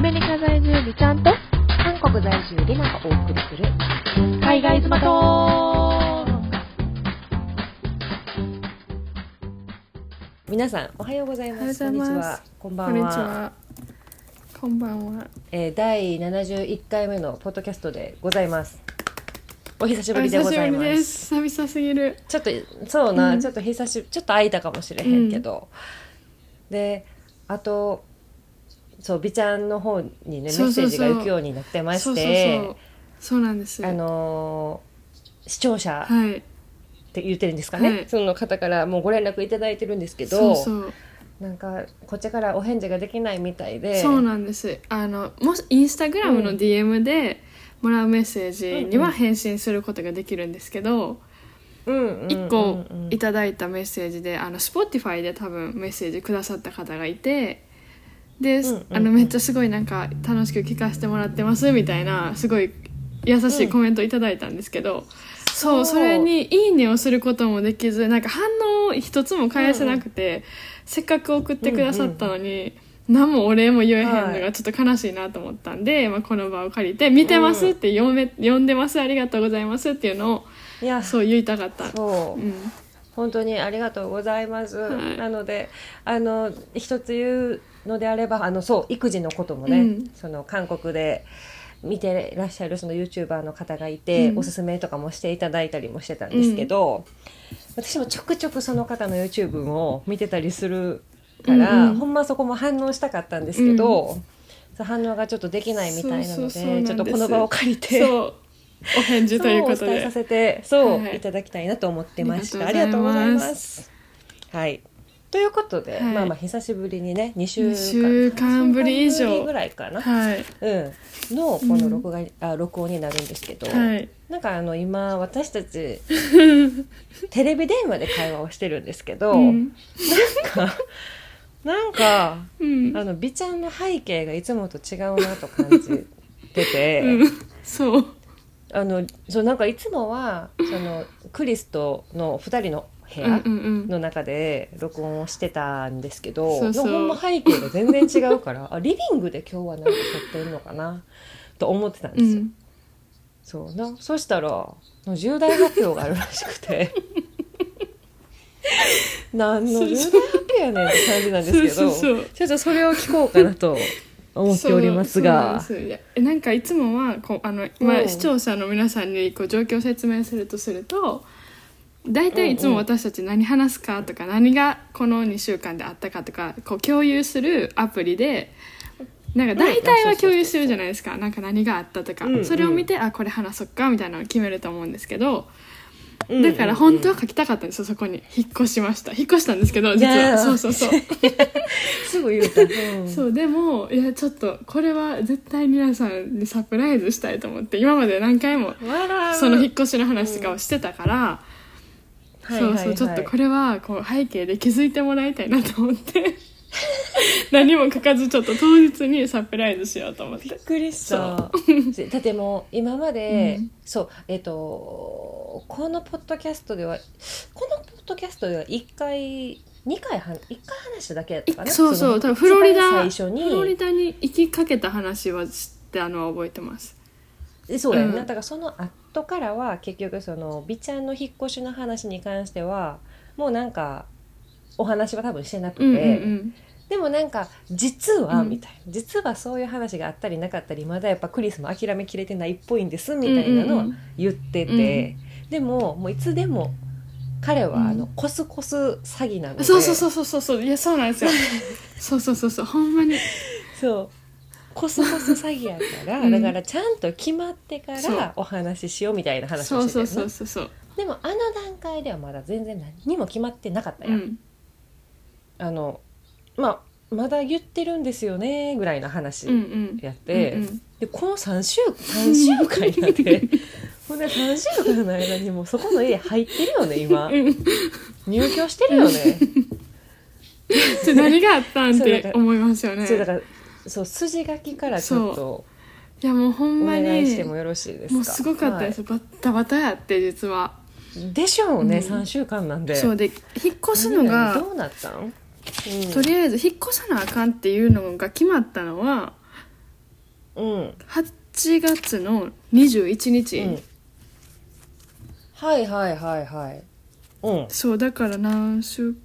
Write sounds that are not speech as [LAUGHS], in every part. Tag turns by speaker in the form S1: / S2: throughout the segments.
S1: メリカ在住りちゃんと
S2: 韓国在住りながお送りする
S1: 海外妻と
S2: 皆さんおはようございます
S1: おはようござ
S2: こ
S1: い
S2: んにち
S1: ま
S2: は
S1: す
S2: こんば
S1: こ
S2: んは
S1: んにちはこんばんは
S2: えー第71回目のポッドキャストでございますお久しぶりでござい
S1: お久しぶ
S2: ま
S1: り
S2: す
S1: です久々すぎる
S2: ちょっとそうな、
S1: うん
S2: ちょっと久しちょっと空いたかもしれへんけど、であとそう美ちゃんの方にねメ
S1: そう
S2: ッ
S1: そ
S2: セ
S1: うそ
S2: ー
S1: う
S2: ジが行くようになってま
S1: そ
S2: し
S1: うそう
S2: て
S1: そうそうなんです
S2: あのー視聴者
S1: はい
S2: って言ってるんですかね、
S1: はい
S2: その方からもうご連絡いただいてるんですけど
S1: そうそう
S2: なんかこっちからお返事ができないみたいで
S1: そうなんですあのもしインスタグラムの
S2: うん
S1: DM でもらうメッセージには返信することができるんですけど、
S2: うんうんうん
S1: 一個
S2: うん
S1: いただいたメッセージで、あの Spotify で多分メッセージくださった方がいてで、
S2: んうん
S1: あのめっちゃすごいなんか楽しく聞かせてもらってますみたいなすごい優しいコメントいただいたんですけど、そうそれに「いいね」をすることもできずなんか反応を一つも返せなくて、せっかく送ってくださったのに。何もお礼も言えへんの
S2: は
S1: がちょっと悲しいなと思ったんで、まあ、この場を借りて「見てます」って読め、読んでますありがとうございます」っていうのを
S2: いやそ
S1: そう言いたかった
S2: う
S1: うん
S2: 本当にありがとうございます、
S1: はい
S2: なのであの一つ言うのであればあのそう育児のこともね、
S1: うん
S2: その韓国で見てらっしゃるその YouTuber の方がいて、
S1: うん
S2: おすすめとかもしていただいたりもしてたんですけど、私もちょくちょくその方の YouTube を見てたりするから、
S1: うんうん
S2: ほんまそこも反応したかったんですけど、そう反応がちょっとできないみたいなので
S1: そうそうそうなんです
S2: ちょっとこの場を借りて。
S1: そうお返事ということ
S2: そうお伝え
S1: で
S2: させてそう、
S1: はい
S2: い、ただきたいなと思ってました
S1: あ
S2: あ
S1: り
S2: り
S1: が
S2: が
S1: と
S2: と
S1: う
S2: う
S1: ご
S2: ご
S1: ざ
S2: ざ
S1: い
S2: い
S1: ます
S2: ますはいということで、
S1: はい
S2: まあまあ久しぶりにね2週間
S1: 二週間ぶり以上
S2: 三週間ぶりぐらいかな、
S1: はい
S2: うんのこの録画、あ録音になるんですけど、
S1: はい
S2: なんかあの今私たち
S1: [LAUGHS]
S2: テレビ電話で会話をしてるんですけど、
S1: うん
S2: なんか
S1: うん
S2: あの美ちゃんの背景がいつもと違うなと感じてて、
S1: [LAUGHS] うんそう
S2: あのそうなんかいつもはそのクリスとの2人の部
S1: うん
S2: 屋
S1: うんうん
S2: の中で録音をしてたんですけど、
S1: そうそう
S2: でもほんま背景が全然違うから
S1: [LAUGHS]
S2: あリビングで今日はなんか撮ってるのかな [LAUGHS] と思ってたんで
S1: う
S2: すよ。
S1: ん
S2: そうなそしたら重大発表があるらしく
S1: [LAUGHS]
S2: て何の重大発表やねんって感じなんですけど
S1: そうそうそう
S2: ちょっとそれを聞こうかなと思っておりますが。
S1: そうそうなんですいやえなんかいつもはこうあの、ま
S2: う
S1: あ、
S2: ん
S1: 視聴者の皆さんにこう状況を説明するとすると大体いつも私たち何話すかとか何がこの2週間であったかとかこう共有するアプリでなんか大体は共有するじゃないですかなんか何があったとか
S2: うんうん
S1: それを見てあこれ話そっかみたいなのを決めると思うんですけど
S2: うん
S1: だから本当は書きたかったんですよそこに引っ越しました引っ越したんですけど実
S2: いやい
S1: は
S2: や
S1: そうそうそう
S2: [LAUGHS] すぐ言うた、うん
S1: そうでもいやちょっとこれは絶対皆さんにサプライズしたいと思って今まで何回も
S2: 笑う
S1: その引っ越しの話とかをしてたから、
S2: はい
S1: そう
S2: はい
S1: そ
S2: は
S1: う
S2: い
S1: ちょっとこれはこう背景で気づいてもらいたいなと思って [LAUGHS] 何も書かずちょっと当日にサプライズしようと思っ
S2: び
S1: て
S2: っくりした。だってもう今まで、
S1: うん
S2: そうえっ、とこのポッドキャストではこのポッドキャストでは一回二回は一回話しただけやったかな。
S1: そうそう
S2: の
S1: 多分フロリダ
S2: 一番最初
S1: フロリ
S2: に
S1: ダに行きかけた話はしたのは覚えてます
S2: えそうやね、
S1: うん
S2: だからその後からは結局その美ちゃんの引っ越しの話に関してはもうなんかお話は多分してなくて、
S1: うんうんうん
S2: でもなんか実は
S1: うん
S2: みたいな、実はそういう話があったりなかったりまだやっぱクリスも諦めきれてないっぽいんですみたいなのは言ってて、
S1: うんうん
S2: でももういつでも彼は
S1: うん
S2: あのコスコス詐欺なので、
S1: そうそう
S2: う
S1: そうそうそうそういやそうなんです [LAUGHS] よそうそうそうそうほんまに
S2: そうコスコス詐欺やから、
S1: うん
S2: だからちゃんと決まってか
S1: そう
S2: らお話ししようみたいな話
S1: そ
S2: を
S1: う
S2: してた
S1: そ
S2: よ
S1: う
S2: ね
S1: そうそうそう
S2: でもあの段階ではまだ全然何にも決まってなかったや、
S1: うんん
S2: あのまあまだ言ってるんですよねぐらいの話
S1: うんうん
S2: やって、
S1: うんうん
S2: でこの3週3週間や
S1: [LAUGHS]
S2: でほんで3週間の間にもうそこの家入ってるよね今
S1: うん
S2: 入居してるよね
S1: それ何があったんっ
S2: そうだか
S1: て
S2: ら
S1: 思いますよね
S2: そうだからそう筋書きからちょっと
S1: いやもうほ
S2: お
S1: んまに
S2: 願いしてもよろしいですか
S1: もうすごかったです、バッタバタやって実は
S2: はいでしょうね、
S1: うん
S2: 3週間なんで
S1: そうで引っ越すの
S2: 何々
S1: が
S2: どうなったん、うん
S1: とりあえず引っ越さなあかんっていうのが決まったのは
S2: うん、
S1: 8月の21日、
S2: うん、はいはいはいはいうん、
S1: そうだから何週ん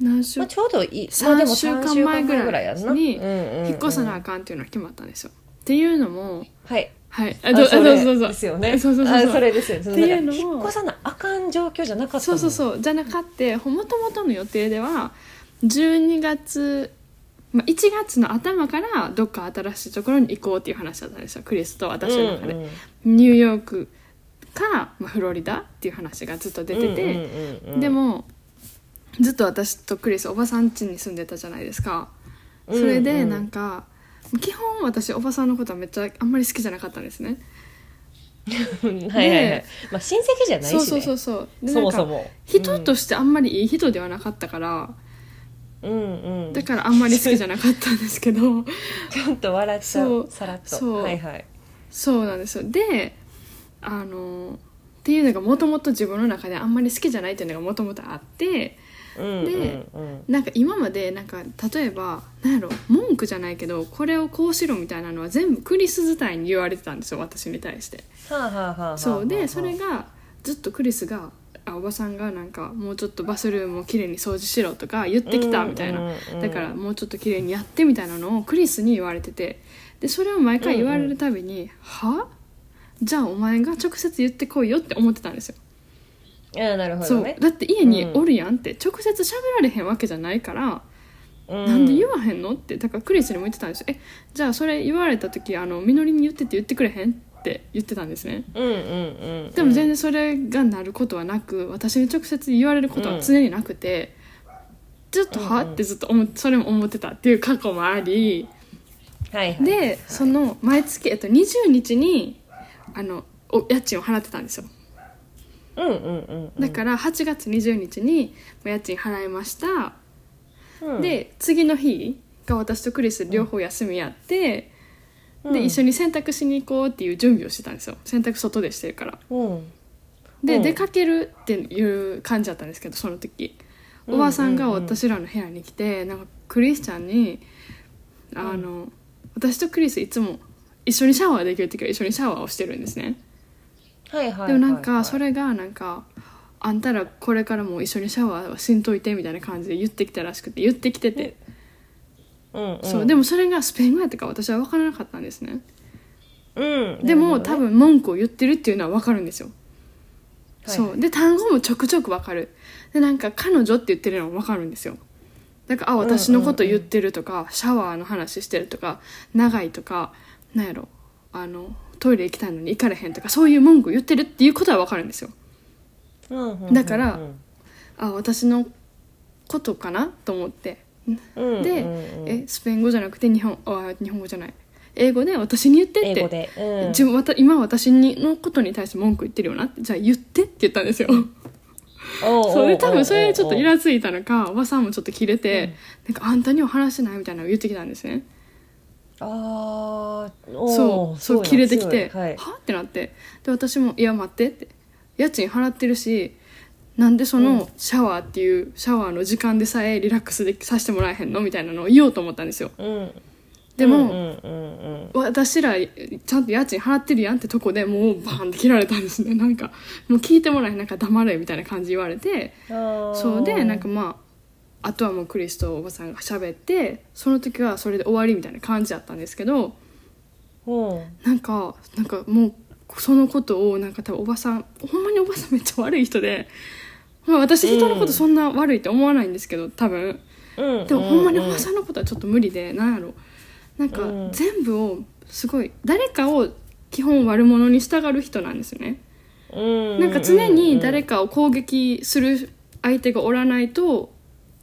S1: 何週
S2: まあ、ちょうどいい、まあ、
S1: 三
S2: でも3
S1: 週
S2: 週
S1: 間
S2: 間
S1: 前
S2: 前
S1: ぐらい
S2: ぐらいやんな
S1: に
S2: うんうんうん
S1: 引っ越さなあかんっていうのが決まったんですよ。っていうのも
S2: はい
S1: はいあ
S2: あ
S1: どうあ
S2: そ
S1: どう
S2: れ
S1: ぞどうぞ
S2: ですよね
S1: そうそうそうそう
S2: あそれですよね
S1: っていうのを
S2: 引っ越さなあかん状況じゃなかった
S1: そうそう
S2: う
S1: そうじゃなかってもともとの予定では12月、まあ、1月の頭からどっか新しいところに行こうっていう話だったんですよクリスと私の中で、
S2: んうん
S1: ニューヨークか、まあ、フロリダっていう話がずっと出てて、
S2: うんうんうんうん
S1: でもずっと私とクリスおばさん家に住んでたじゃないですかそれでなんか、基本私おばさんのことはめっちゃあんまり好きじゃなかったんですね
S2: うんうんはいはいは
S1: で
S2: いまあ親戚じゃないし、
S1: そ
S2: ね、
S1: うそうそうそうで
S2: そも
S1: な
S2: そ
S1: んか
S2: も
S1: 人としてあんまりいい人ではなかったから、
S2: うんうん
S1: だからあんまり好きじゃなかったんですけど
S2: ちょっと笑っちゃ
S1: そうう
S2: さらっと
S1: そう
S2: はいはい
S1: そうなんですよであのっていうのがもともと自分の中であんまり好きじゃないっていうのがもともとあって
S2: うんうんうん
S1: なんか今までなんか例えばなんやろ文句じゃないけどこれをこうしろみたいなのは全部クリス自体に言われてたんですよ私に対して。
S2: はあはあはあはあはあ
S1: そうでそれがずっとクリスがあおばさんがなんかもうちょっとバスルームをきれいに掃除しろとか言ってきたみたいな、
S2: うんうんうんうん
S1: だからもうちょっときれいにやってみたいなのをクリスに言われててでそれを毎回言われるたびに、はじゃあお前が直接言ってこいよって思ってたんですよ、
S2: ああなるほ
S1: そ
S2: ど
S1: う
S2: ね
S1: だって家におるやんって直接喋られへんわけじゃないから、なんで言わへんのってだからクリスにも言ってたんですよえじゃあそれ言われた時あのみのりに言ってって言ってくれへんって言ってたんですね
S2: うんうんうんうん
S1: でも全然それがなることはなく私に直接言われることは常になくて、ずっとはってずっと思っそれも思ってたっていう過去もあり
S2: はいはい
S1: でその毎月、えっと、20日にあのお家賃を払ってたんですよ
S2: うんうんうんうん
S1: だから8月20日にまあ家賃払いました、
S2: うん
S1: で次の日が私とクリス両方休みやって、
S2: うん
S1: で一緒に洗濯しに行こうっていう準備をしてたんですよ洗濯外でしてるから
S2: うん
S1: で、
S2: うん
S1: 出かけるっていう感じだったんですけどその時
S2: うん
S1: おばあさんが
S2: うんうん
S1: 私らの部屋に来て、なんかクリスちゃんにあの、私とクリスいつも一緒にシャワーできる時は一緒にシャワーをしてるんですね、
S2: はいはいはいはい
S1: でもなんかそれがなんか「あんたらこれからも一緒にシャワーはしんといて」みたいな感じで言ってきたらしくて言ってきてて、
S2: うんうん
S1: そうでもそれがスペイン語やったから私は分からなかったんですね
S2: うん
S1: でも、多
S2: 分
S1: 分文句を言ってるっていうのは分かるんですよそうで単語もちょくちょくわかるでなんか「彼女」って言ってるのもわかるんですよだから「あ私のこと言ってる」とか、シャワーの話してる」とか「長い」とかなんやろあのトイレ行きたいのに行かれへんとかそういう文句を言ってるっていうことはわかるんですよだからあ私のことかなと思って、でえスペイン語じゃなくて日本あ日本語じゃない英語で私に言ってっ
S2: 英
S1: て
S2: 語でうん
S1: 自分わた今私にのことに対して文句言ってるよなってじゃあ言ってって言ったんですよ
S2: おうおうおうおう
S1: [LAUGHS] そうで多分それでちょっとイラついたのかおばさんもちょっとキレて、なんかあんたには話してないみたいなのを言ってきたんですね
S2: あー
S1: そ
S2: お
S1: うそうキレてきて「
S2: はい
S1: はってなってで私も「いや待って」って家賃払ってるしなんでそのシャワーっていうシャワーの時間でさえリラックスできさせてもらえへんのみたいなのを言おうと思ったんですよ
S2: うん
S1: でも、
S2: うんうんうん
S1: 私らちゃんと家賃払ってるやんってとこでもうバーンって切られたんですね [LAUGHS] なんかもう聞いてもらえへんなんか黙れみたいな感じ言われて
S2: あー
S1: そうでなんかまああとはもうクリスとおばさんが喋ってその時はそれで終わりみたいな感じだったんですけど
S2: うん
S1: なんかなんかもうそのことをなんか多分おばさんほんまにおばさんめっちゃ悪い人で、まあ、私人のことそんな悪いと思わないんですけど多分
S2: うん
S1: でもほんまに
S2: う
S1: おばさんのことはちょっと無理でなんやろなんか
S2: うん
S1: 全部をすごい誰かを基本悪者に従う人なんですよね。
S2: うん
S1: なんか常に誰
S2: か
S1: かを攻撃する相手がおらないと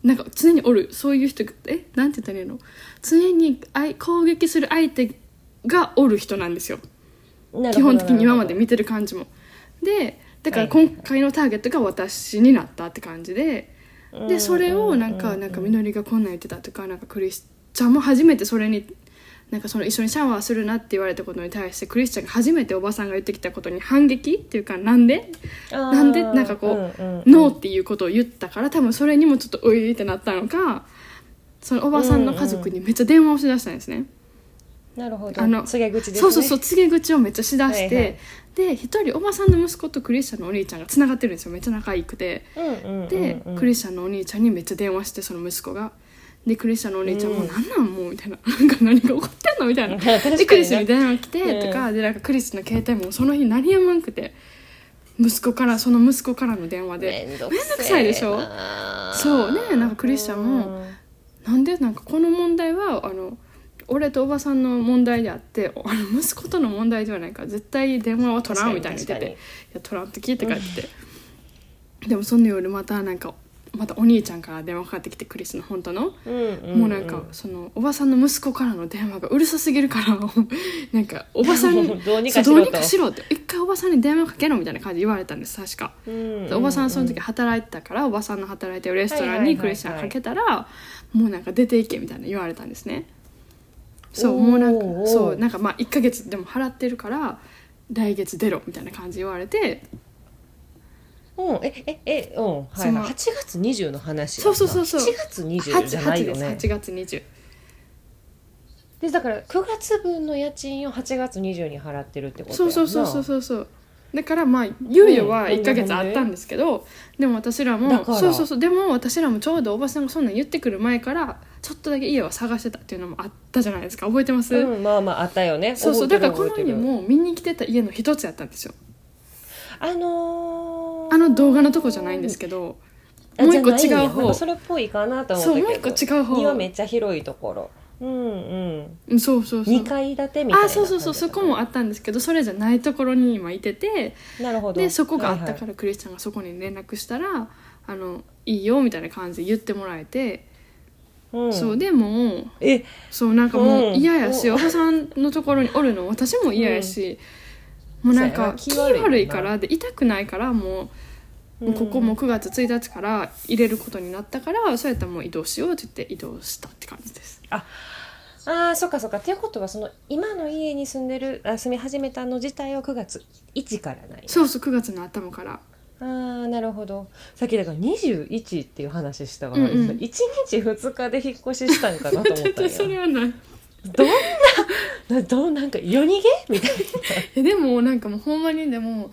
S1: なんか常におるそういう人がえなんて言ったらいいの常にあい攻撃する相手がおる人なんですよ基本的に今まで見てる感じもでだから
S2: はいはい
S1: 今回のターゲットが私になったって感じででそれをなんかなんかみのりがこんなん言ってたとかなんかクリスちゃんも初めてそれになんかその一緒にシャワーするなって言われたことに対してクリスちゃんが初めておばさんが言ってきたことに反撃っていうかなんでなんでなんかこうノーっていうことを言ったから多分それにもちょっとおいってなったのかそのおばさんの家族にめっちゃ電話をしだしたんですね、
S2: なるほど
S1: あの
S2: 告げ口ですね
S1: そうそうそう告げ口をめっちゃしだして、
S2: はいはい
S1: で一人おばさんの息子とクリスチャンのお兄ちゃんがつながってるんですよめっちゃ仲良くて
S2: うんうんうんうん
S1: で、クリスチャンのお兄ちゃんにめっちゃ電話してその息子がでクリスチャンのお兄ちゃんも「
S2: うん
S1: なんなんもう」みたいな「なんか何が起こってんの?」
S2: [LAUGHS]
S1: みたいな
S2: 確かにね
S1: でクリスに電話来て
S2: うん
S1: とか、でなんかクリスの携帯もその日鳴りやまんくて息子からその息子からの電話で
S2: めんど
S1: めんどくさいでしょそうねなんかクリスチャンもなんでなんかこの問題はあの俺とおばさんの問題であってあの息子との問題ではないから絶対電話は取らんみたいに言ってて「いや取らん」って聞いて帰ってて、でもその夜またなんかまたお兄ちゃんから電話かかってきてクリスの本当の。も
S2: も
S1: うなんかそのおばさんの息子からの電話がうるさすぎるからなんかおばさん
S2: どうにかし
S1: そう
S2: ろと
S1: どうにかしろって一回おばさんに電話かけろみたいな感じで言われたんです確か、でおばさんはその時働いてたからおばさんの働いてるレストランにクリスチャンかけたら、もうなんか出ていけみたいな言われたんですねそう
S2: おー
S1: もうなん
S2: おー
S1: かそうなんかまあ1ヶ月でも払ってるから来月出ろみたいな感じで言われて
S2: うんえええうんはい
S1: その
S2: 8月20の話
S1: そうそうそうそう
S2: 7月20
S1: 8,
S2: じゃないよ
S1: です
S2: ね
S1: 8月20
S2: でだから9月分の家賃を8月20に払ってるってことやん
S1: そう
S2: な
S1: そうそうそうそうそうだからまあ猶予は
S2: うん
S1: 1ヶ月あったんですけど、でも私ら
S2: だ
S1: も
S2: から
S1: そうそうそうでも私らもちょうどおばさんがそんなん言ってくる前からちょっとだけ家を探してたっていうのもあったじゃないですか覚えてます、
S2: うんまあまああったよね
S1: そうそう
S2: 覚
S1: だ
S2: えて
S1: か
S2: る
S1: ら
S2: 覚
S1: この
S2: えて
S1: 家
S2: る
S1: も見に来てた家の一つやったんですよ
S2: あのー
S1: あの動画のとこじゃないんですけど、
S2: あ
S1: もう一個
S2: じゃないんや
S1: 違う方
S2: なんかそれっぽいかなと思った
S1: そう
S2: けど
S1: もう一個違う方
S2: 庭めっちゃ広いところうんうん
S1: うんそうそうそう
S2: 2階建てみたいな
S1: あそうそうそうそこもあったんですけどそれじゃないところに今いてて
S2: なるほど
S1: でそこがあった
S2: はい
S1: か
S2: はい
S1: らクリスチャンがそこに連絡したら「あのいいよ」みたいな感じで言ってもらえて、
S2: うん、
S1: そうでもう
S2: え
S1: そうなんかも
S2: う
S1: うん嫌やし、
S2: お
S1: おばさんのところにおるの私も嫌やし、もうなんか気
S2: そうやな気悪いもんな
S1: 悪いからで痛くないからもう,、ここも9月1日から入れることになったからそうやったらもう移動しようって言って移動したって感じです
S2: ああそっかそっかっていうことはその今の家に住んでるあ住み始めたの自体は9月1からない
S1: そうそう9月の頭から
S2: あーなるほどさっきだから21っていう話したわ、
S1: うんうん
S2: 1日2日で引っ越ししたんかなと思
S1: [LAUGHS]
S2: っ
S1: 絶
S2: たん
S1: 対それ
S2: や
S1: はない
S2: どんなな [LAUGHS] どうなんか夜逃げみたい
S1: えでもなんかもうほんまにでもも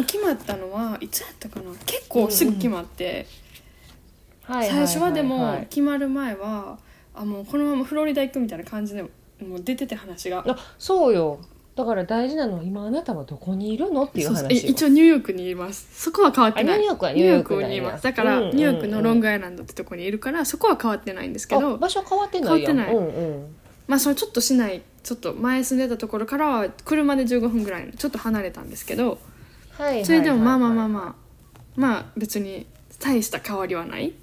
S1: う決まったのはいつやったかな結構すぐ決まって、
S2: な、
S1: 最初はでも決まる前はあもうこのままフロリダ行くみたいな感じでもう出てて話が
S2: あそうよだから大事なのは今あなたはどこにいるのっていう
S1: そう
S2: 話
S1: そう
S2: よ
S1: え一応ニューヨークにいますそこは変わっ
S2: あ
S1: て
S2: ニュ
S1: な
S2: ー
S1: い
S2: ヨークは
S1: ニューヨーク
S2: なんや
S1: にいますだから
S2: うんうんうん
S1: ニューヨークのロングアイランドってとこにいるからそこは変わってないんですけ
S2: あ
S1: ど
S2: 場所変わってないやん
S1: 変わって
S2: うんうん
S1: まあそのちょっと市内ちょっと前住んでたところからは車で15分ぐらいのちょっと離れたんですけど
S2: はいはい
S1: それでもまあまあまあ
S2: は
S1: まあまあ別に大した変わりはない
S2: い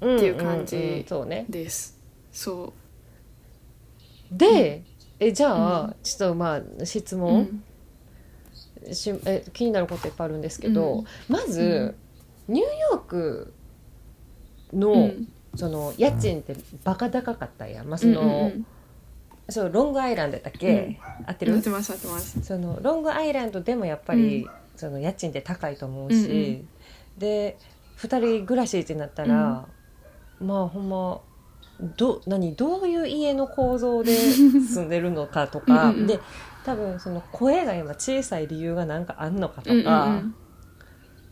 S2: はい
S1: っていう感じ
S2: んんんそうね
S1: ですそう
S2: で、えじゃあ、
S1: うん
S2: ちょっとまあ質
S1: う
S2: 問、
S1: ん
S2: しえ気になることいっぱいあるんですけど、
S1: うん
S2: まず、ニューヨークの、
S1: うん
S2: その家賃ってバカ高かったやん、まあそ
S1: うん
S2: の
S1: うん
S2: そうロングアイランドだっけ、合って
S1: う
S2: る
S1: んなってますなってます
S2: そのロングアイランドでもやっぱり、その家賃って高いと思うし、
S1: うん
S2: で2人暮らしってなったら、まあほんまど何どういう家の構造
S1: [LAUGHS]
S2: で住んでるのかとか
S1: うんうんうん
S2: で多分その声が今小さい理由が何かあんのかと
S1: うんうんう
S2: か、
S1: ん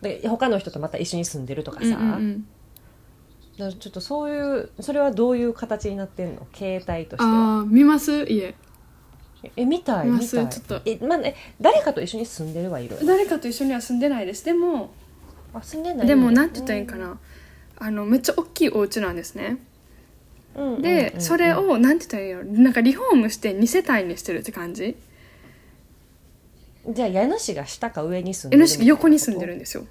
S2: で他の人とまた一緒に住んでるとかさ、
S1: うんうんうん
S2: だからちょっとそういうそれはどういう形になってんの携帯としては。
S1: ああ見ます家
S2: え見たい
S1: まあ
S2: 見
S1: そ
S2: た
S1: う
S2: い
S1: ちょっと
S2: え、まあね、誰かと一緒に住んでるはいる
S1: 誰かと一緒には住んでないですでも
S2: あ住んでない
S1: でもなんて言ったらいいんかな、あのめっちゃ大きいお家なんですね
S2: うん
S1: で、
S2: うんうん
S1: それをなんて言ったらいいんやろなんかリフォームして2世帯にしてるって感じ
S2: じゃあ家主が下か上に住んで
S1: 家
S2: る
S1: 主が横に住んでるんですよ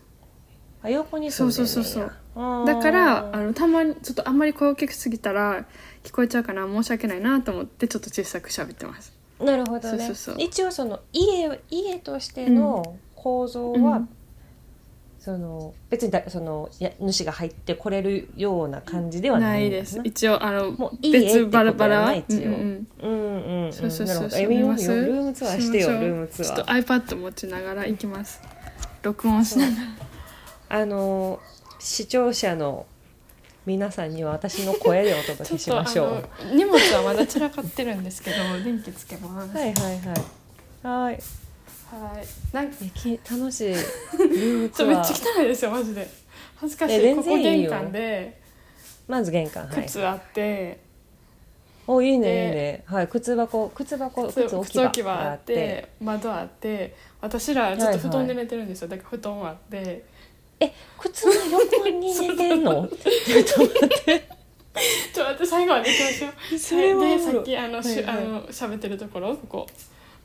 S2: あ横に住んでるんや
S1: そうそうそう
S2: あー
S1: だからあのたまにちょっとあんまり声大きくすぎたら聞こえちゃうかな申し訳ないなと思ってちょっと小さく喋ってます
S2: なるほどね
S1: そうそうそう
S2: 一応その家家としての構造は、
S1: うん
S2: その別にだその家主が入ってこれるような感じではな
S1: ないい
S2: んだ
S1: です
S2: な
S1: 一応あの
S2: もういい家ってこ
S1: 別
S2: と
S1: バ
S2: や
S1: ラバ
S2: な
S1: ラ
S2: 一応
S1: うん
S2: うん
S1: うん
S2: うんうん
S1: そうそう
S2: なるほど
S1: そうそう
S2: え
S1: 見
S2: よ
S1: ま
S2: ル
S1: す
S2: ームツアーしてよル
S1: しましょう
S2: ームツア
S1: ちょっと
S2: ー
S1: iPad 持ちながら行きます録音しながら
S2: あの視聴者の皆さんには私の声でお届けし
S1: ちょ
S2: ま
S1: っ
S2: しょう。
S1: とあの荷物はまだ散らかってるんです
S2: [LAUGHS]
S1: けど電気つけます
S2: はいはいはい。はい。
S1: はいなん
S2: えき楽しい。ルー
S1: ち
S2: ツ
S1: ょめっ
S2: は
S1: ちゃ汚いですよマジで恥ずかしい
S2: え全
S1: ここ
S2: 然いい
S1: 玄
S2: よ
S1: 関で
S2: まず玄関はい。
S1: 靴あって、
S2: おいい
S1: で
S2: ねいいね。はい靴箱靴箱
S1: 靴
S2: 靴置
S1: 靴置
S2: き場
S1: き場
S2: が
S1: あ
S2: あ
S1: っ
S2: って。
S1: て窓あって私らちょっと布団で寝てるんですよ、だから布団もあって
S2: え靴の横に寝て
S1: [LAUGHS]
S2: んの？ちょっと待って。
S1: ちょっと待って最後まで行きましょ
S2: [LAUGHS]
S1: う
S2: それはおもろ
S1: で
S2: い
S1: さっきあのしゅ、
S2: はいはい
S1: あの喋ってるところここ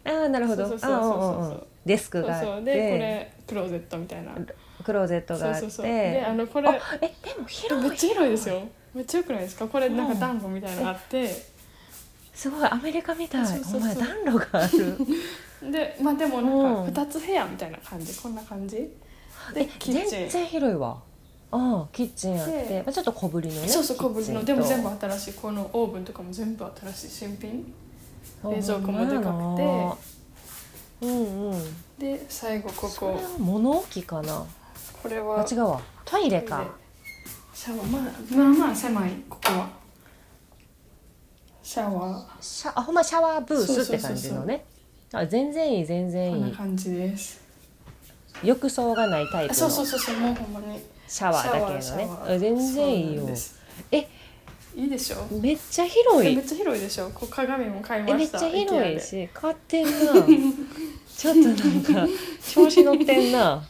S2: ああなるほど。あ
S1: そうそう
S2: ー
S1: そ
S2: あ
S1: うそ
S2: う
S1: う
S2: んうんうん。デス
S1: そ
S2: ク
S1: う
S2: が
S1: そ
S2: あ
S1: う
S2: っ
S1: でこ
S2: て
S1: れクローゼットみたいな
S2: クローゼット
S1: そ
S2: が
S1: う
S2: あっ
S1: そうそうであ
S2: て。
S1: のこれ
S2: あえでも広い。
S1: めっちゃ広いですよめっちゃよくないですかこれなんか暖炉みたいなのあって
S2: すごいアメリカみたい
S1: そうそうそう
S2: お前暖炉がある
S1: でまあでもなんか
S2: う
S1: 2つ部屋みたいな感じこんな感じで
S2: え
S1: キッチ
S2: 全
S1: ン
S2: 然広いわああキッチンあっ
S1: で
S2: て、まあ、ちょっと小ぶりのね
S1: そうそう小ぶりのでも全部
S2: あ
S1: 新しいこのオーブンとかも全部新しい新品冷蔵庫もでか
S2: くてうんうん
S1: で最後こ
S2: これ
S1: こ
S2: は物置かな
S1: これ
S2: あ
S1: は
S2: 違うわトイレか
S1: シャワーまあまあまあ狭いここはシャワー
S2: シャあほんまシャワーブースって感じのねあ全然いい全
S1: こ
S2: 然
S1: ん
S2: い
S1: ない感じです
S2: 浴槽がないタイプの
S1: あそうそうそうそうもうほんまに
S2: シャワーだけのねあ全然いいよ
S1: え
S2: え
S1: いいでしょ
S2: めっちゃ広
S1: め
S2: い
S1: っちゃ広いでしょこう鏡も買い
S2: え
S1: ま
S2: めっ
S1: し
S2: ち
S1: た
S2: ゃ
S1: IKEA
S2: 広
S1: で
S2: いし買ってん
S1: [LAUGHS]
S2: なちょっとなんか調子乗ってん
S1: [LAUGHS]
S2: な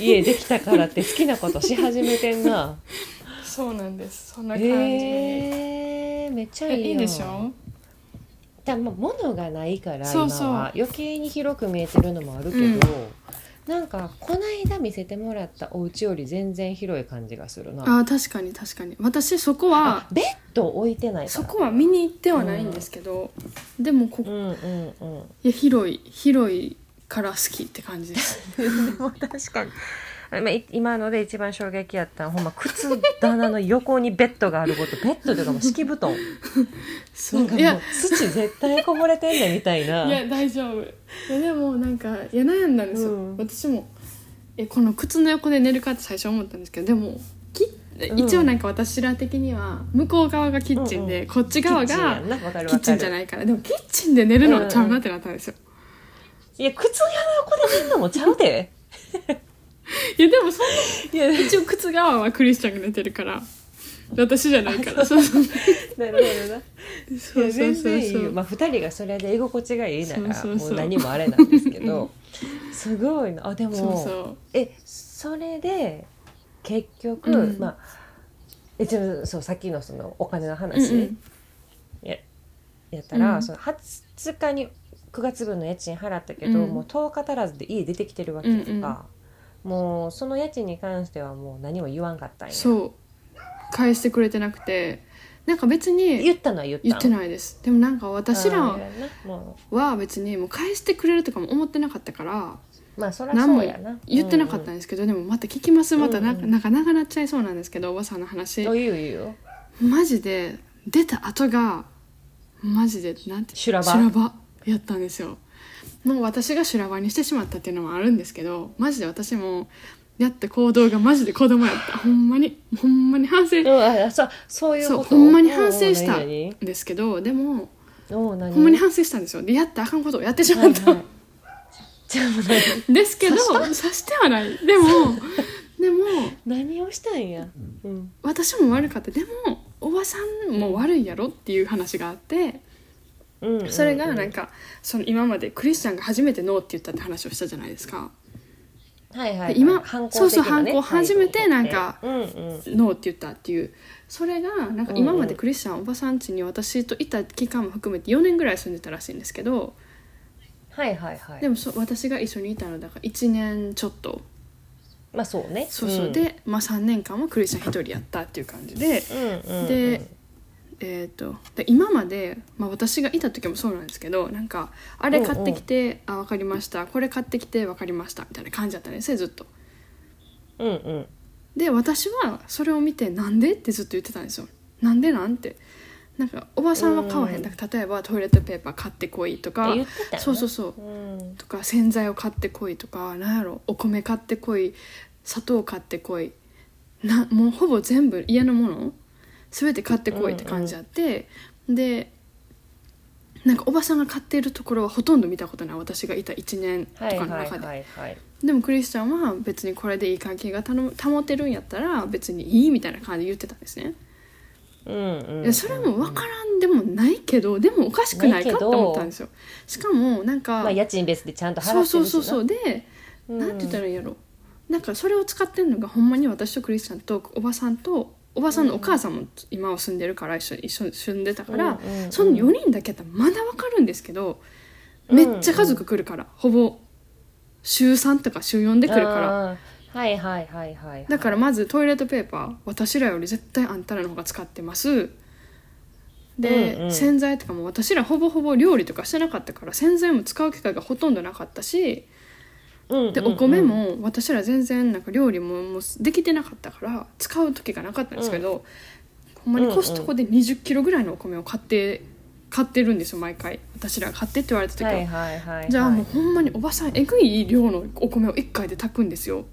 S2: 家できたからって好きなことし始めてんな
S1: そうなんですそんな感じで
S2: えー、めっちゃ
S1: え
S2: いいよ
S1: いいでしょ
S2: だまあ物がないから
S1: そう
S2: 今
S1: そう
S2: は余計に広く見えてるのもあるけど、
S1: うん
S2: なんかこないだ見せてもらったお家より全然広い感じがするな
S1: あ確かに確かに私そこは
S2: ベッド置いてないか
S1: そ
S2: ら
S1: こは見に行ってはないんですけど、でもこ
S2: う
S1: こ
S2: んうんうん
S1: いや広い広いから好きって感じです
S2: もう [LAUGHS] 確かに。あまあい今ので一番衝撃やったのはほんま靴棚の横にベッドがあることベッドというかもう敷布団
S1: そ
S2: な
S1: うん
S2: か
S1: いや
S2: もう土絶対こぼれてんねみたい
S1: [LAUGHS]
S2: ない
S1: や大丈夫いやでもなんかいや悩んだんですよ、
S2: うん
S1: 私もえこの靴の横で寝るかって最初思ったんですけどでもき
S2: ん
S1: 一応なんか私ら的には向こう側がキッチン
S2: う
S1: で、
S2: ん
S1: こっち
S2: キッ
S1: 側
S2: チンや
S1: が
S2: んなわかる
S1: キ
S2: わ
S1: ッチ
S2: か
S1: ンじゃ
S2: る
S1: ないからでもキッチンで寝るのはちゃうなってなったんですよ、
S2: いや靴屋の横で寝んのもちゃうで [LAUGHS]
S1: いやでもそん
S2: いや
S1: な一応靴側はクリスチャンが寝てるから私じゃないからそうそうそう
S2: なるほどな
S1: そう
S2: いや
S1: そう
S2: 全然いい
S1: そ
S2: よ、
S1: う
S2: まあ、2人がそれで居心地がいいなら
S1: そうそうそう
S2: もう何もあれなんですけどすごいなあでも
S1: そうそう
S2: えそれで結局、
S1: うん
S2: まあえちょそうさっきのそのお金の
S1: うん
S2: 話、
S1: うん
S2: ややったら、
S1: うん
S2: その20日に9月分の家賃払ったけど、
S1: うん
S2: もう10日足らずで家出てきてるわけやんか、もうその家賃に関してはもう何も言わんかったんや
S1: そう返してくれてなくてなんか別に
S2: 言ったのは言った
S1: 言って
S2: の
S1: ないですでもなんか私
S2: あー
S1: ら
S2: やなも
S1: は別にもう返してくれるとかも思ってなかったから
S2: うまあそりゃ
S1: 何
S2: そ
S1: も
S2: うやな
S1: 言ってなかったんですけど、でもまた聞きますまたな,、
S2: うんうん
S1: なんか長なっちゃいそうなんですけどおばさんの話
S2: うんうん、あいいよいいよ
S1: マジで出た後がマジでなんて
S2: 修羅場
S1: 修羅場やったんですよもう私が修羅場にしてしまったっていうのもあるんですけどマジで私もやった行動がマジで子供やったほんまにほんまに反省
S2: うん、あそうそういうこと
S1: そうほんまに反省し
S2: おう
S1: た
S2: 何
S1: ですけどでも
S2: 々おう何
S1: ほんまに反省したんですよでやったらあかんことをやってしまった、
S2: はいはい [LAUGHS] ちょっと待って
S1: ですけど刺してはないでもでも
S2: 何をしたんや、うん、
S1: 私も悪かったでもおばさんも悪いやろっていう話があって
S2: うんうん
S1: それが
S2: うん
S1: なんかその今までクリスチャンが初めてノーって言ったって話をしたじゃないですか
S2: はいはいはい、
S1: で今
S2: 反抗
S1: そうそう
S2: 的なね
S1: 反抗初めてなんか
S2: 態度とってうんうん、
S1: ノーって言ったっていうそれがなんか今までクリスチャンおばさん家に私といた期間も含めて4年ぐらい住んでたらしいんですけど
S2: はいはいはい
S1: でもそ私が一緒にいたのだから1年ちょっと
S2: まあそうね
S1: そうそう、
S2: ん、
S1: で、まあ、3年間はクリスチャン一人やったっていう感じで、
S2: うんうんうん、
S1: でえー、とで今まで、まあ、私がいた時もそうなんですけどなんかあれ買ってきて「あ分かりましたこれ買ってきて分かりました」みたいな感じだったんですねずっと。
S2: うんうん
S1: で私はそれを見て「なんで?」ってずっと言ってたんですよ。なんでなんてなんかおばさんは買わへん、
S2: うん
S1: だから例えばトイレットペーパー買ってこいとか
S2: あ言ってたよね
S1: そうそうそう
S2: うん
S1: とか洗剤を買ってこいとかなんやろお米買ってこい砂糖買ってこいなもうほぼ全部家のもの全て買ってこいって感じあって、でなんかおばさんが買っているところはほとんど見たことない私がいた1年とか
S2: はい
S1: の
S2: はい
S1: 中で、
S2: はいはい
S1: でもクリスチャンは別にこれでいい関係がたの保てるんやったら別にいいみたいな感じで言ってたんですね、
S2: うんうん
S1: いやそれも分からんでもないけどでもおかしくないかって思ったんですよしかもなんか、
S2: まあ家賃ベースでちゃんと払って
S1: そう
S2: るし
S1: そ
S2: な
S1: うそうそうで
S2: うん
S1: なんて言ったらいいんやろなんかそれを使ってんのがほんまに私とクリスチャンとおばさんとおばさんのお母さんも今は住んでるから一緒に一緒に住んでたから、
S2: うんうんうん
S1: その4人だけやったらまだわかるんですけど、めっちゃ家族来るからほぼ週3とか週4で来るから。
S2: あーはいはいはいはいはい
S1: だからまずトイレットペーパー私らより絶対あんたらの方が使ってますで、
S2: うんうん
S1: 洗剤とかも私らほぼほぼ料理とかしてなかったから洗剤も使う機会がほとんどなかったしでお米も私ら全然なんか料理ももうできてなかったから使う時がなかったんですけど、ほんまにコストコで2 0キロぐらいのお米を買って買ってるんですよ毎回私らが買ってって言われた時は、
S2: はいはいはいはい
S1: じゃあもうほんまにおばさんえぐい量のお米を1回で炊くんですよ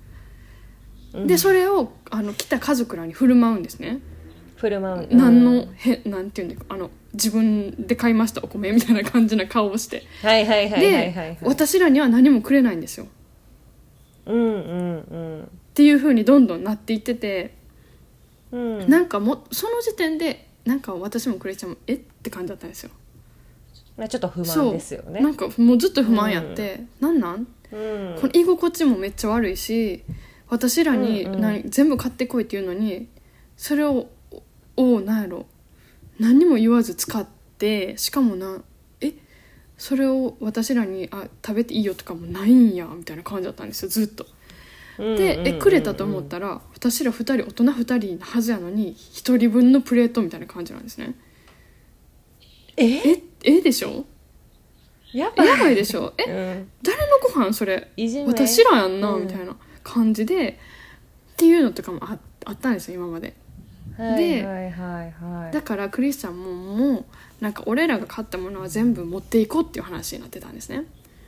S2: うん
S1: でそれをあの来た家族らに振る舞うんですね、
S2: フルマウン
S1: 何
S2: う
S1: の
S2: ん
S1: へなんていうんだかあの自分で買いましたお米みたいな感じな顔をして、
S2: はいはいはいはいはいはい
S1: で私らには何もくれないんですよっ
S2: うんうん
S1: ていう風にどんどんなっていってて、
S2: うんうん
S1: なんかもうその時点でなんか私もクレイちゃんもえって感じだったんですよ、
S2: まあちょっと不
S1: そ
S2: 満
S1: う
S2: ですよね
S1: なんかもうずっと不満やって、なんなん
S2: うん
S1: この居心地もめっちゃ悪いし私らに
S2: うんうん
S1: 何、全部買ってこいって言うのにそれをを何やろ何にも言わず使ってしかもなえそれを私らにあ食べていいよとかもないんやみたいな感じだったんですよずっと。
S2: う
S1: で、
S2: んうんうん
S1: えくれたと思ったら私ら2人大人2人のはずやのに1人分のプレートみたいな感じなんですね。
S2: え
S1: ええでしょ
S2: やば
S1: え
S2: い
S1: やばいでしょえ
S2: うん
S1: 誰のご飯それ
S2: いじめ
S1: 私らやんな
S2: うん
S1: みたいな感じで、っていうのとかもああったんですよ今まで
S2: はいはいはいはい
S1: だからクリスチャンももうなんか俺らが買ったものは全部持っていこうっていう話になってたんですね、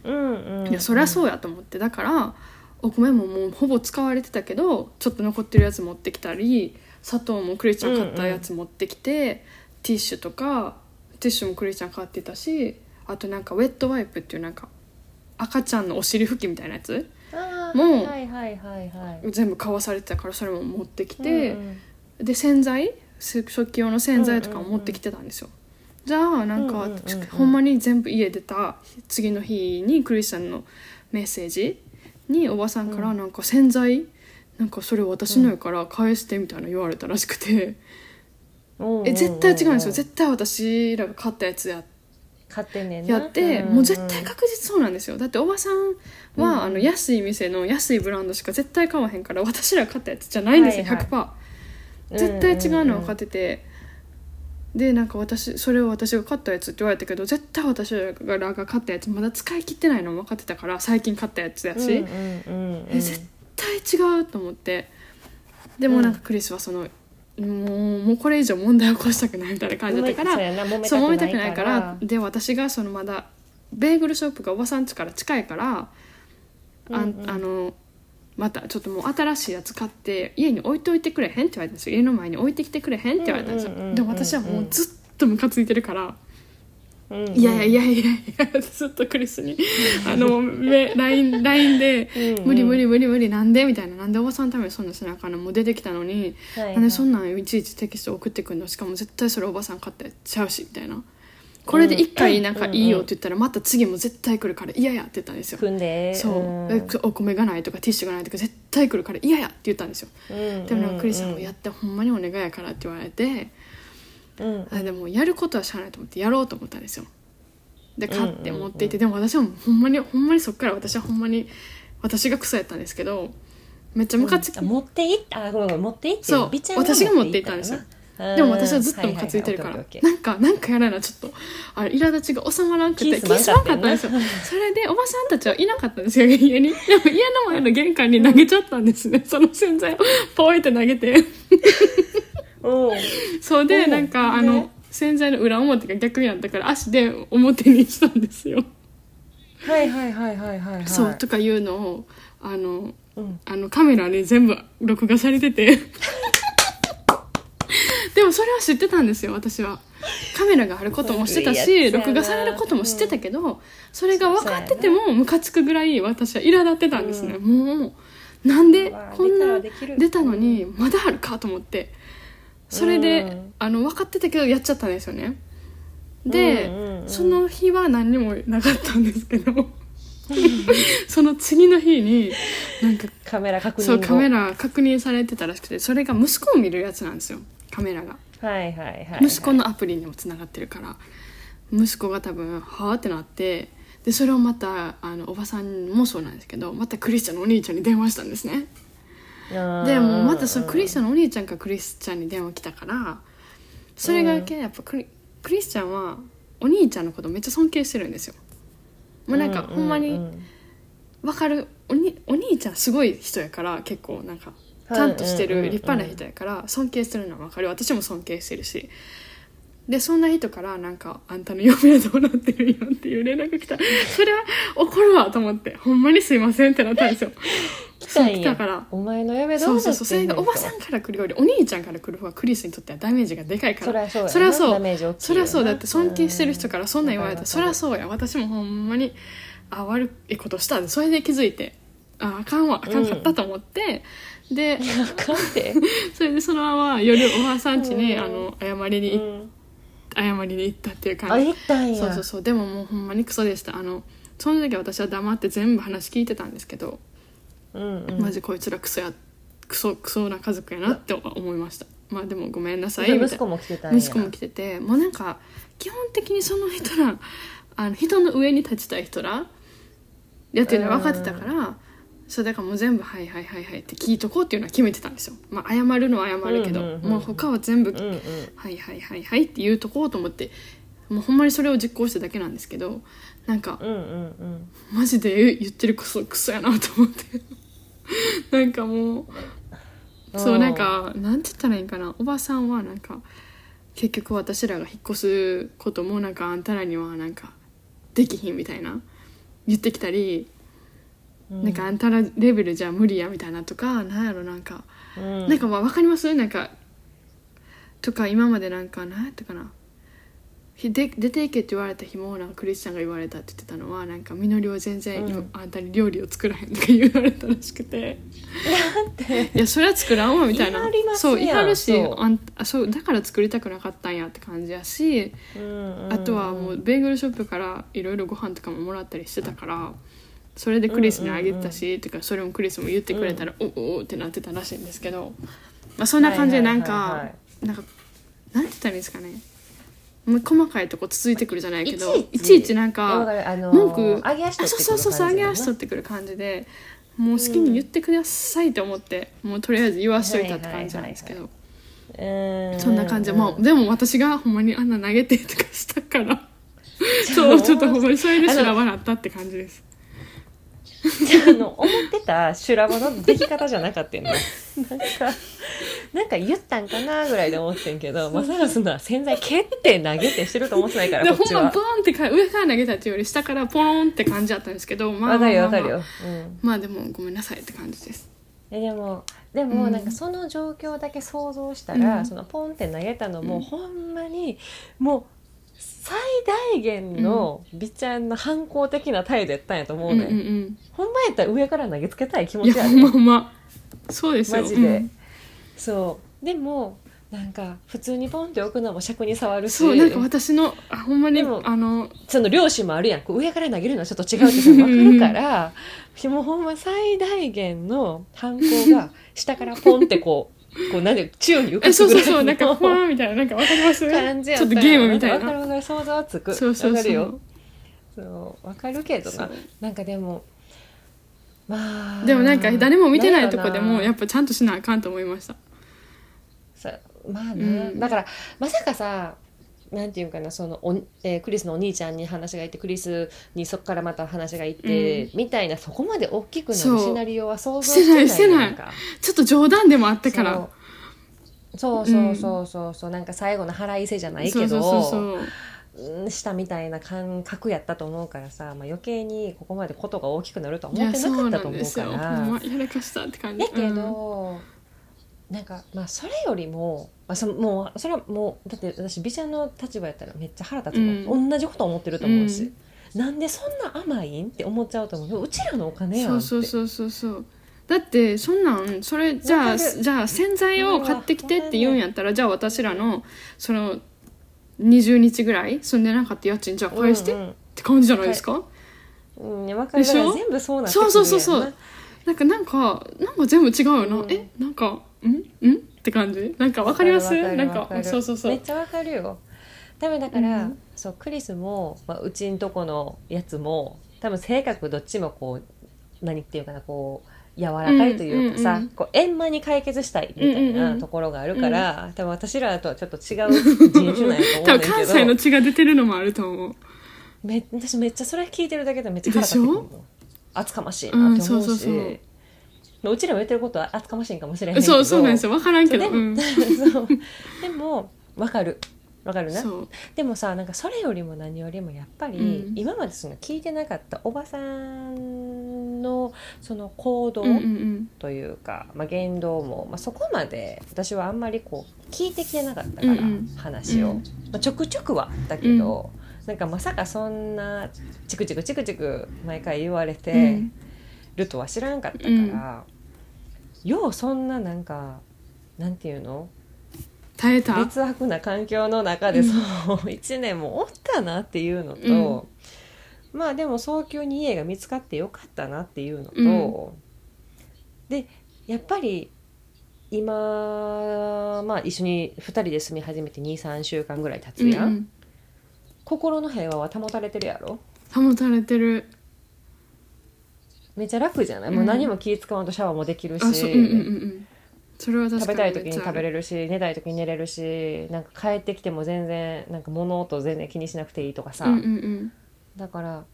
S2: うんうん
S1: いやそりゃそうやと思ってだからお米ももうほぼ使われてたけどちょっと残ってるやつ持ってきたり砂糖もクリスチャン買ったやつ持ってきて、ティッシュとかティッシュもクリスチャン買ってたしあとなんかウェットワイプっていうなんか赤ちゃんのお尻拭きみたいなやつ
S2: あー
S1: もう
S2: はいはいはいはい
S1: 全部買わされてたからそれも持ってきて、
S2: うんうん
S1: で洗剤せ食器用の洗剤とかも持ってきてたんですよ、じゃあなんか、
S2: うんうんうんうん
S1: ほんまに全部家出た次の日にクリスチャンのメッセージにおばさんからなんか洗剤なんかそれ私のやから返してみたいな言われたらしくて、
S2: うんうん
S1: え絶対違うんですよ
S2: 絶
S1: 絶対私らが買ったやつや
S2: 買ってんねんな
S1: やって、
S2: ん
S1: もう絶対確実そうなんですよだっておばさんは、
S2: うん
S1: あの安い店の安いブランドしか絶対買わへんから私ら買ったやつじゃないんですよ、
S2: はいはい
S1: 100%
S2: うん
S1: 絶対違うのは分かってて、でなんか私それを私が買ったやつって言われたけど絶対私らが買ったやつまだ使い切ってないのも分かってたから最近買ったやつや
S2: うん
S1: し、
S2: うんうんうん
S1: え絶対違うと思ってでもなんかクリスはその、もうもうこれ以上問題を起こしたくないみたいな感じだったから
S2: そうやな
S1: そう揉
S2: 揉
S1: め
S2: め
S1: た
S2: た
S1: く
S2: く
S1: な
S2: ないいか
S1: か
S2: らら
S1: で私がそのまだベーグルショップがおばさん家から近いからあ,、
S2: うんうん
S1: あのまたちょっともう新しいやつ買って家に置いといてくれへんって言われたんですよ家の前に置いてきてくれへんって言われたんですよ、
S2: うんうんうんうん
S1: でも私はもうずっとムカついてるから、
S2: うんうん
S1: いやいやいやいやいやずっとクリス
S2: [LAUGHS]
S1: にあのめ LINE, LINE で
S2: うんう
S1: 「
S2: ん
S1: 無理無理無理無理なんで?」みたいな「なんでおばさんのためにそんなしなあかんのもう出てきたのに、
S2: はいはい
S1: なんでそんなんいちいちテキスト送ってくんのしかも絶対それおばさん買ってちゃうし」みたいな。これで一回なんかいいよって言ったらまた次も絶対来るから嫌やって言ったんですよ。
S2: 組んで
S1: そうんえお米がないとかティッシュがないとか絶対来るから嫌やって言ったんですよ。
S2: うん
S1: でもなんかクリスさんもや
S2: っ
S1: ってほんまにお願いやからって言われて
S2: うん
S1: あでもやることはしゃあないと思ってやろうと思ったんですよで
S2: うん
S1: 買って持っていて、でも私はもうほんまにほんまにそっから私はほんまに私がクソやったんですけどめっちゃムカつき、
S2: あ持っていったあごめんごめん持っていって
S1: そう
S2: 美ちゃん
S1: 私が持っていったんですよ
S2: な
S1: でも私はずっ
S2: う
S1: と
S2: ん
S1: ムカついてるから、
S2: はははオッケーオッケー
S1: なんかなんかやらなちょっとあれ苛立ちが収まらなくて
S2: キ
S1: キ
S2: ースも
S1: ースなかったんですよそれでおばさんたちはいなかったんです
S2: [LAUGHS]
S1: よ家にでも家の前の玄関に投げちゃったんですねその洗剤をポイって投げて
S2: オッケー
S1: そうで
S2: おう
S1: なんかあ
S2: ね
S1: の洗剤の裏表が逆になったから足で表にしたんですよ
S2: うんはいはいはいはいはいはい
S1: そうとかいうのをあの、
S2: ううん
S1: あのカメラで全部録画されて [LAUGHS] てでもそれは知ってたんですよ私はカメラがあることも知ってた
S2: そういうや
S1: し
S2: つやな
S1: 録画されることも知ってたけど、それが分かっててもムカつくぐらい私は苛立ってたんですね、もうなんでこんな出たのにまだあるかと思ってそれで、
S2: うん
S1: あの分かってたけどやっちゃったんですよねで、
S2: うんうんうん
S1: その日は何にもなかったんです
S2: [LAUGHS]
S1: けどその次の日になんか
S2: カメラ確認
S1: そうカメ
S2: ラ
S1: ラ確認されてたらしくてそれが息子を見るやつなんですよカメラが
S2: はいはいはい
S1: 息子のアプリにもつながってるから息子が多分はあってなってでそれをまたあのおばさんもそうなんですけどまたクリスチャンのお兄ちゃんに電話したんですねでもうまたそのクリスチャンのお兄ちゃんからクリスチャンに電話来たからそれがけやっぱクリクリスチャンはお兄ちゃんのことめっちゃ尊敬してるんですよもうなんかほんまにわかるおにお兄ちゃんすごい人やから結構なんかちゃんとしてる立派な人やから尊敬してるのはわかる私も尊敬してるしでそんな人からなんか「あんたの嫁はどうなってるよ」っていう連絡が来たそれは怒るわと思ってほんまにすいませんってなったんですよ
S2: 来たんや
S1: [LAUGHS] そう来たから
S2: お前の嫁ど
S1: そうう
S2: なって
S1: そ
S2: ん
S1: う
S2: ねと
S1: そうそれがおばさんから来るよりお兄ちゃんから来る方がクリスにとってはダメージがでかいから
S2: そりゃそうやな
S1: そりゃそう
S2: ダメージ大きい
S1: そりゃそうだって尊敬してる人からそんなん言われた
S2: うん
S1: らそりゃそうや私もほんまにあ悪いことしたんでそれで気づいてああかんわあかんかったと思って、で
S2: らかんて
S1: それでそのまま夜おばあさん家に、
S2: うん
S1: あの謝りに、
S2: うん
S1: 謝りに行ったっていう
S2: あ
S1: 感じ
S2: 行ったんや
S1: そうそうそうでももうほんまにクソでしたあのその時私は黙って全部話聞いてたんですけど、
S2: うんうん
S1: マジこいつらクソやクソクソな家族やなって思いましたまあでもごめんなさいみた
S2: 息
S1: い
S2: 子
S1: な
S2: も来てたんや
S1: 息子も来ててもうなんか基本的にその人ら [LAUGHS] あの人の上に立ちたい人らやってるのは分かってたからそうだからもう全部「はいはいはいはい」って聞いとこうっていうのは決めてたんですよまあ謝るのは謝るけど、
S2: うんうんうんうん
S1: もう他は全部
S2: うんうん
S1: はいはいはいはいって言うとこうと思ってもうほんまにそれを実行しただけなんですけどなんか
S2: うんうん
S1: マジで言ってるこそクソやなと思って [LAUGHS] なんかも
S2: う
S1: うんそうなんかなんて言ったらいいんかなおばさんはなんか結局私らが引っ越すこともなんかあんたらにはなんかできひんみたいな言ってきたり、
S2: うん
S1: なんかあんたらレベルじゃ無理やみたいなとかなんやろなんか
S2: うん
S1: なんかまあ分かりますなんかとか今までなんか何やったかなひで出ていけって言われた日もなんかクリスチャンが言われたって言ってたのはなんか「みのりは全然、
S2: うん
S1: あんたに料理を作らへん」とか言われたらし
S2: [LAUGHS]
S1: くて「いやそれは作らんわ」みた
S2: 言
S1: い
S2: い
S1: な
S2: 張りますやん
S1: そう言い張るし
S2: そう
S1: あんあそうだから作りたくなかったんやって感じやし
S2: うんうん
S1: あとはもうベーグルショップからいろいろご飯とかももらったりしてたからそれでクリスにあげてたし、てかそれもクリスも言ってくれたら、おおおってなってたらしいんですけど、まあ、そんな感じでなんか、
S2: はいはいはいはい
S1: なんかなんて言ったらいいんですかねもう細かいとこ続いてくるじゃないけど
S2: いちいち
S1: なん
S2: わか
S1: か
S2: るあのー
S1: 文句
S2: 上げ足取って
S1: あそう
S2: くる
S1: そうそうそ
S2: 感
S1: う上
S2: じ
S1: げ
S2: やな
S1: 足取ってくる感じでもう好きに言ってくださいと思って、もうとりあえず言わしといたって感じなんですけど、
S2: うん
S1: そんな感じで、
S2: うん
S1: まあでも私がほんまにあんな投げてとかしたから
S2: [LAUGHS]
S1: そうちょっとほんまにそれで修羅場だったって感じです
S2: あの思ってた修羅場の出来方じゃなかったよねなんかなんか言ったんかなぐらいで思ってんけどまさかそんな洗剤蹴って投げてしてると思ってないから
S1: で
S2: こ
S1: ほ
S2: っ
S1: ん
S2: ち
S1: ま
S2: は
S1: ボーンってか上から投げたっていうより下からポロンって感じだったんですけどまあ
S2: わかるよ
S1: ま
S2: わか
S1: あまあ
S2: るよ、うん
S1: まあでもごめんなさいって感じです
S2: えでもでも
S1: うん
S2: なんかその状況だけ想像したら、
S1: うん
S2: そのポンって投げたのも、
S1: うん
S2: ほんまにもう最大限の美ちゃんの反抗的な態度やったんやと思う
S1: うん
S2: ね、
S1: うんうん
S2: ほんまやったら上から投げつけたい気持
S1: い
S2: ち
S1: や
S2: や
S1: ほ
S2: ね
S1: んまほんまそうですよ
S2: マジで、
S1: うん
S2: そうでもなんか普通にポンって置くのも尺に触るし
S1: そうなんか私のあほんまに
S2: でも
S1: あの
S2: その漁師もあるやんこう上から投げるのはちょっと違うっての分かるからもうほんま最大限の反抗が下からポンってこ
S1: [LAUGHS]
S2: うこうなんで宙に浮
S1: え
S2: かす
S1: そうそ
S2: ぐ
S1: うそう
S2: らい
S1: なんか
S2: の
S1: ふわーみたいななんかわか
S2: [LAUGHS]
S1: ります
S2: 感じや
S1: ちょっとゲームみたい
S2: わかる
S1: な
S2: わかる想像はつく
S1: そうそう
S2: わかる
S1: そ
S2: よ
S1: う
S2: そうわかるけど
S1: そ
S2: な
S1: う
S2: なんかでもまあ
S1: でもなんか誰も見てないとこ
S2: なんや
S1: で
S2: ろ
S1: も
S2: な
S1: やっぱちゃんとしなあかんと思いました
S2: さまあな、
S1: うん
S2: だからまさかさなんていうかなそのお、えークリスのお兄ちゃんに話がいってクリスにそこからまた話がいって、みたいなそこまで大きくな
S1: そ
S2: る
S1: う
S2: シナリオは想像
S1: してない
S2: んか
S1: ちょっと冗談でもあったから
S2: そうそうそうそうそうそうなんか最後の腹いせじゃないけど
S1: そうそうそうそう
S2: うんしたみたいな感覚やったと思うからさ、まあ、余計にここまでことが大きくなるとは思ってなかったと思うか
S1: いやそう
S2: ら
S1: なんですよほんまやらかしたって感じ
S2: だけど、なんかまあそれよりも,、まあ、そのもうそれはもうだって私美ちゃんの立場やったらめっちゃ腹立つもん、同じこと思ってると思うし、なんでそんな甘いんって思っちゃうと思うでもうちらのお
S1: うん
S2: 金やん
S1: そ
S2: っ
S1: う
S2: て
S1: そうそうそうそうだってそんなんそれじゃあ
S2: わかる
S1: じゃあ洗剤を買ってきてって言うんやったらじゃあ私らのその20日ぐらい住んでなかった家賃じゃあ返してっ
S2: うんうん
S1: て感じじゃないですか、
S2: うんね、わかる
S1: でしょ
S2: だから全部そうなってく
S1: そ
S2: るやん
S1: うそうそうそうなんかなんかなんか全部違うよな、
S2: うん
S1: えなんかんんって感じなんかわかります
S2: わる
S1: なん
S2: わ
S1: か
S2: る
S1: そうそうそ
S2: めっ
S1: う
S2: ちゃわかるよ多分だから、
S1: うん
S2: そうクリスも、まあ、うちんとこのやつも多分性格どっちもこう何っていうかなこう柔らかいというかさ、
S1: うんうんうん
S2: こう円満に解決したいみたい
S1: うんうんう
S2: なんところがあるから、多分私らとはちょっと違う人
S1: [LAUGHS]
S2: 種なんやと思
S1: 多
S2: うねん
S1: 分
S2: け
S1: 関
S2: ど
S1: 西の血が出てるのもあると思う
S2: め私めっちゃそれ聞いてるだけでめっちゃ腹立ってくるもん
S1: で
S2: 厚かましいなって思うし、
S1: う
S2: うん
S1: そうそうそう
S2: うちらも言ってることは厚かましいんかもしれへんけど
S1: そうそうなんですよ分からんけど
S2: で
S1: う
S2: も、[LAUGHS]
S1: ん
S2: そうでもわかるわかるな
S1: そう
S2: でもさなんかそれよりも何よりもやっぱり、
S1: うん
S2: 今までその聞いてなかったおばさんのその行動
S1: うんうんうん
S2: というか、まあ、言動も、まあ、そこまで私はあんまりこう聞いてきてなかったから、
S1: うんうん
S2: 話を、
S1: うん
S2: まあ、ちょくちょくはあったけど、なんかまさかそんなチクチクチクチク毎回言われて。
S1: うん
S2: るとは知らんかったから、ようそんななんかなんていうの
S1: 耐えた
S2: 劣悪な環境の中で
S1: うん
S2: そう、1年もおったなっていうのと、まあでも早急に家が見つかってよかったなっていうのと、でやっぱり今、まあ、一緒に2人で住み始めて23週間ぐらい経つやん、
S1: うん
S2: 心の平和は保たれてるやろ
S1: うん保たれてる
S2: めっちゃ楽じゃない、
S1: うん
S2: もう何も気使わんとシャワーもできるし
S1: あそううんうんうんうんそれは確
S2: 食べ
S1: かに
S2: たい時に食べ
S1: る
S2: れるし寝たい時に寝れるしなんか帰ってきても全然なんか物音全然気にしなくていいとかさ、
S1: うんうんうん
S2: だから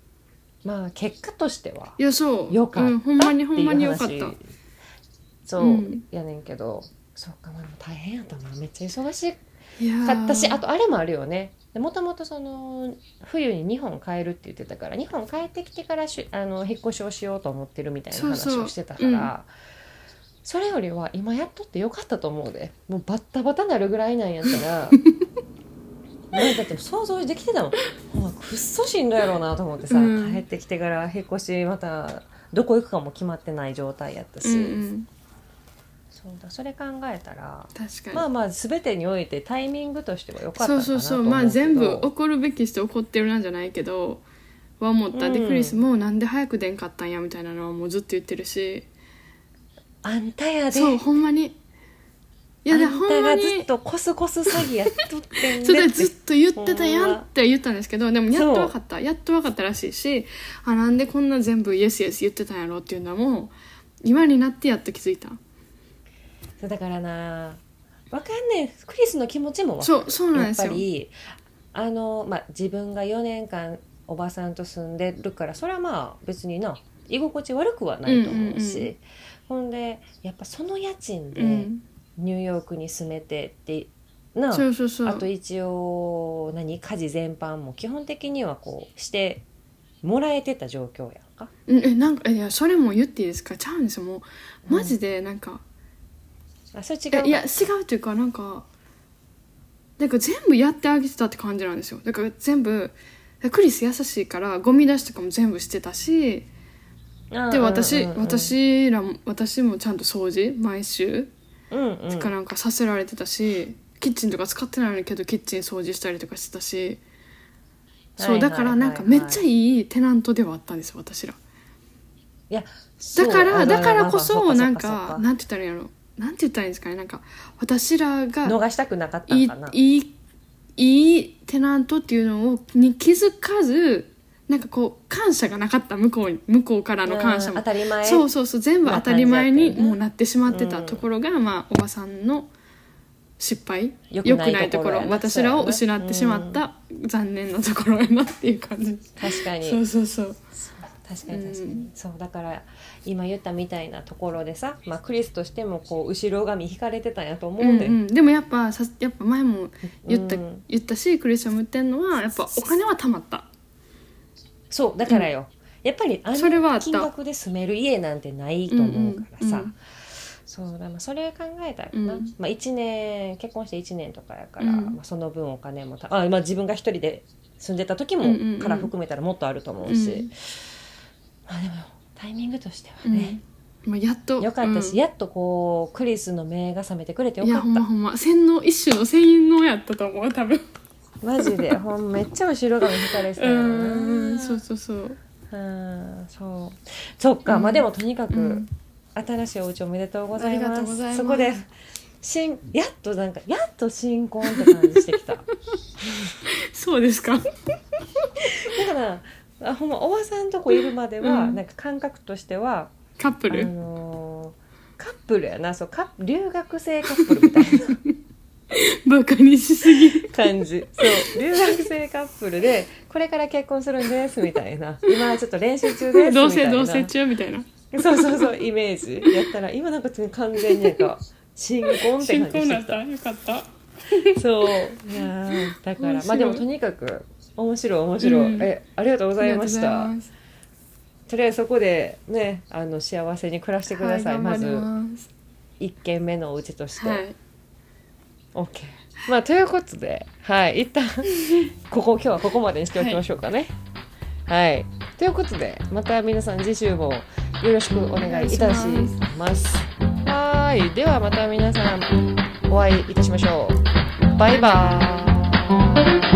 S2: まあ結果としてはい
S1: やそう
S2: よかったっていう話、
S1: うん、ほんまにほんまによかった
S2: そう、
S1: うん
S2: やねんけどそうかまあでも大変やったなめっちゃ忙し
S1: いやー
S2: かったしあとあれもあるよねもともとその冬に日本帰るって言ってたから日本帰ってきてからしゅあの引っ越しをしようと思ってるみたいな
S1: そう
S2: 話
S1: そう
S2: をしてたからそれよりは今やっとってよかったと思うでもうバッタバタなるぐらいなんやった
S1: [LAUGHS]
S2: らなんかだって想像できてたもんほんまくっそしんどいやろうなと思ってさ、
S1: うん
S2: 帰ってきてから引っ越しまたどこ行くかも決まってない状態やった
S1: うん
S2: し、
S1: うん
S2: そうだそれ考えたら
S1: 確かに、
S2: まあまあ全てにおいてタイミングとしては良かった
S1: そ
S2: の
S1: う
S2: かなと
S1: そ
S2: 思
S1: う
S2: うけど
S1: そうまあ全部怒るべきして怒ってるなんじゃないけどは思った、で
S2: うん
S1: クリスもなんで早く出んかったんやみたいなのはもうずっと言ってるし
S2: あんたやで
S1: そうほんまにいやで
S2: あん
S1: ほ
S2: た
S1: んま
S2: が
S1: に
S2: ずっとコスコス詐欺やっとってん
S1: それ
S2: ね
S1: で
S2: って
S1: ずっと言ってたやんって言ったんですけどでもやっと
S2: そう
S1: 分かったやっと分かったらしいしあなんでこんな全部イエスイエス言ってたんやろっていうのも今になってやっと気づいた
S2: そうだからなわかんねえクリスの気持ちもわかる
S1: そうそうなん
S2: や
S1: で
S2: っ
S1: す
S2: ぱ
S1: よ
S2: りあの、まあ、自分が4年間おばさんと住んでるからそれはまあ別にな居心地悪くはないと思うし、
S1: うんうんうん
S2: ほんでやっぱその家賃
S1: う
S2: で
S1: ん
S2: ニューヨークに住めてって、な
S1: そうそうそう
S2: あと一応何家事全般も基本的にはこうしてもらえてた状況やんか。
S1: うんえなんかいやそれも言っていいですかちゃうんですよもうマジでなんか、
S2: あそれ違う
S1: い
S2: か
S1: やいや違うというかなんかなんか全部やってあげてたって感じなんですよだから全部クリス優しいからゴミ出しとかも全部してたし
S2: あー
S1: で
S2: うん
S1: 私
S2: うんうん
S1: 私らも私もちゃんと掃除毎週
S2: うんうん
S1: とかなんかさせられてたし、キッチンとか使ってないのにけどキッチン掃除したりとかしてたし、
S2: はい
S1: そ
S2: は
S1: う
S2: い
S1: だからなんかめっちゃいいテナントではあったんですよ私ら
S2: いや
S1: だか
S2: そう
S1: ら
S2: あ
S1: だからこ
S2: う
S1: そ
S2: か
S1: なん
S2: そう
S1: か
S2: そう
S1: なんて言ったらいいんやろなんて言ったらいいんですかねなんか私らが
S2: 逃したくなかった
S1: い
S2: ん
S1: い
S2: かない
S1: いいいテナントっていうのをに気づかずなんかこう感謝がなかった向こうに向こうからの感謝
S2: うん
S1: も
S2: 当たり前
S1: そうそうそう全部当たり前にもうなってしまって
S2: う
S1: た
S2: ん
S1: ところが、まあ、おばさんの失敗
S2: 良く
S1: 良
S2: ないところやな
S1: 私らを失ってしまった、残念なところやなっていう感じ
S2: 確かに
S1: そうそうそう
S2: 確かに確かに、
S1: うん
S2: そうだから今言ったみたいなところでさ、まあ、クリスとしてもこう後ろ髪引かれてたんやと思
S1: う
S2: うん
S1: ん
S2: で、
S1: うん、でもやっぱさやっぱ前も言った,、
S2: うん
S1: 言ったしクリスチャンも言ってんのはやっぱお金は貯まった
S2: そうだからよ、やっぱりあ
S1: それはあ
S2: の
S1: った
S2: 金額で住める家なんてないと思うからさ、
S1: うんうんうん
S2: そうだからそれ考えたらな、
S1: うん
S2: まあ、1年結婚して1年とかやから、
S1: うん
S2: まあ、その分お金もたあ、まあ、自分が一人で住んでた時も
S1: うんうんうん
S2: から含めたらもっとあると思うし、まあ、でもタイミングとしては
S1: うん
S2: ね、
S1: まあ、やっと
S2: よかったし、
S1: や
S2: やっとこうクリスの目が覚めてくれてよ
S1: い
S2: か
S1: や
S2: っ
S1: ほんま
S2: た
S1: ほんま洗脳一種の洗脳やったと思う多分
S2: マジでほんめっちゃ後ろ髪引かれてた
S1: う
S2: よな。
S1: んそうそうそう
S2: うんそうそっか、
S1: うん
S2: まあでもとにかく、
S1: うん
S2: 新しいお家おめでとうござい
S1: あり
S2: ま
S1: が
S2: す
S1: とうございます
S2: そこでしんやっとなんかやっと新婚って感じしてきた
S1: [LAUGHS]
S2: だか
S1: そうですか
S2: らあほんまおばさんとこいるまでは、
S1: うん
S2: なんか感覚としては
S1: カップ
S2: あ
S1: ル
S2: のーカップルやなそうカップ留学生カップルみたいな
S1: バカにしすぎ
S2: 感
S1: [LAUGHS]
S2: じそう留学生カップルでこれから結婚するんですみたいな今ちょっと練習中ですみたいな
S1: 同棲同棲中みたいな
S2: [LAUGHS] そうそうそうイメージやったら今なんか完全になん
S1: [LAUGHS]
S2: か新婚って
S1: 新
S2: 感じし
S1: 婚だ
S2: て
S1: っ
S2: き
S1: た
S2: た
S1: よかった
S2: そういやーだから
S1: 面白い
S2: まあでもとにかく面白い面白い、
S1: うん
S2: えありがとうご
S1: ご
S2: ざいました
S1: ざい
S2: と
S1: ます
S2: りあえずそこでねあの幸せに暮らしてください、
S1: はい、頑
S2: ま
S1: 張り
S2: ず
S1: ます
S2: 一軒目のお家として、
S1: はい
S2: OK まあということではい一旦ここ今日はここまでにしておきましょうかねはい、ということでまた皆さん次週もよろしくお願いいたしますはーいではまた皆さんお会いいたしましょうバイバーイ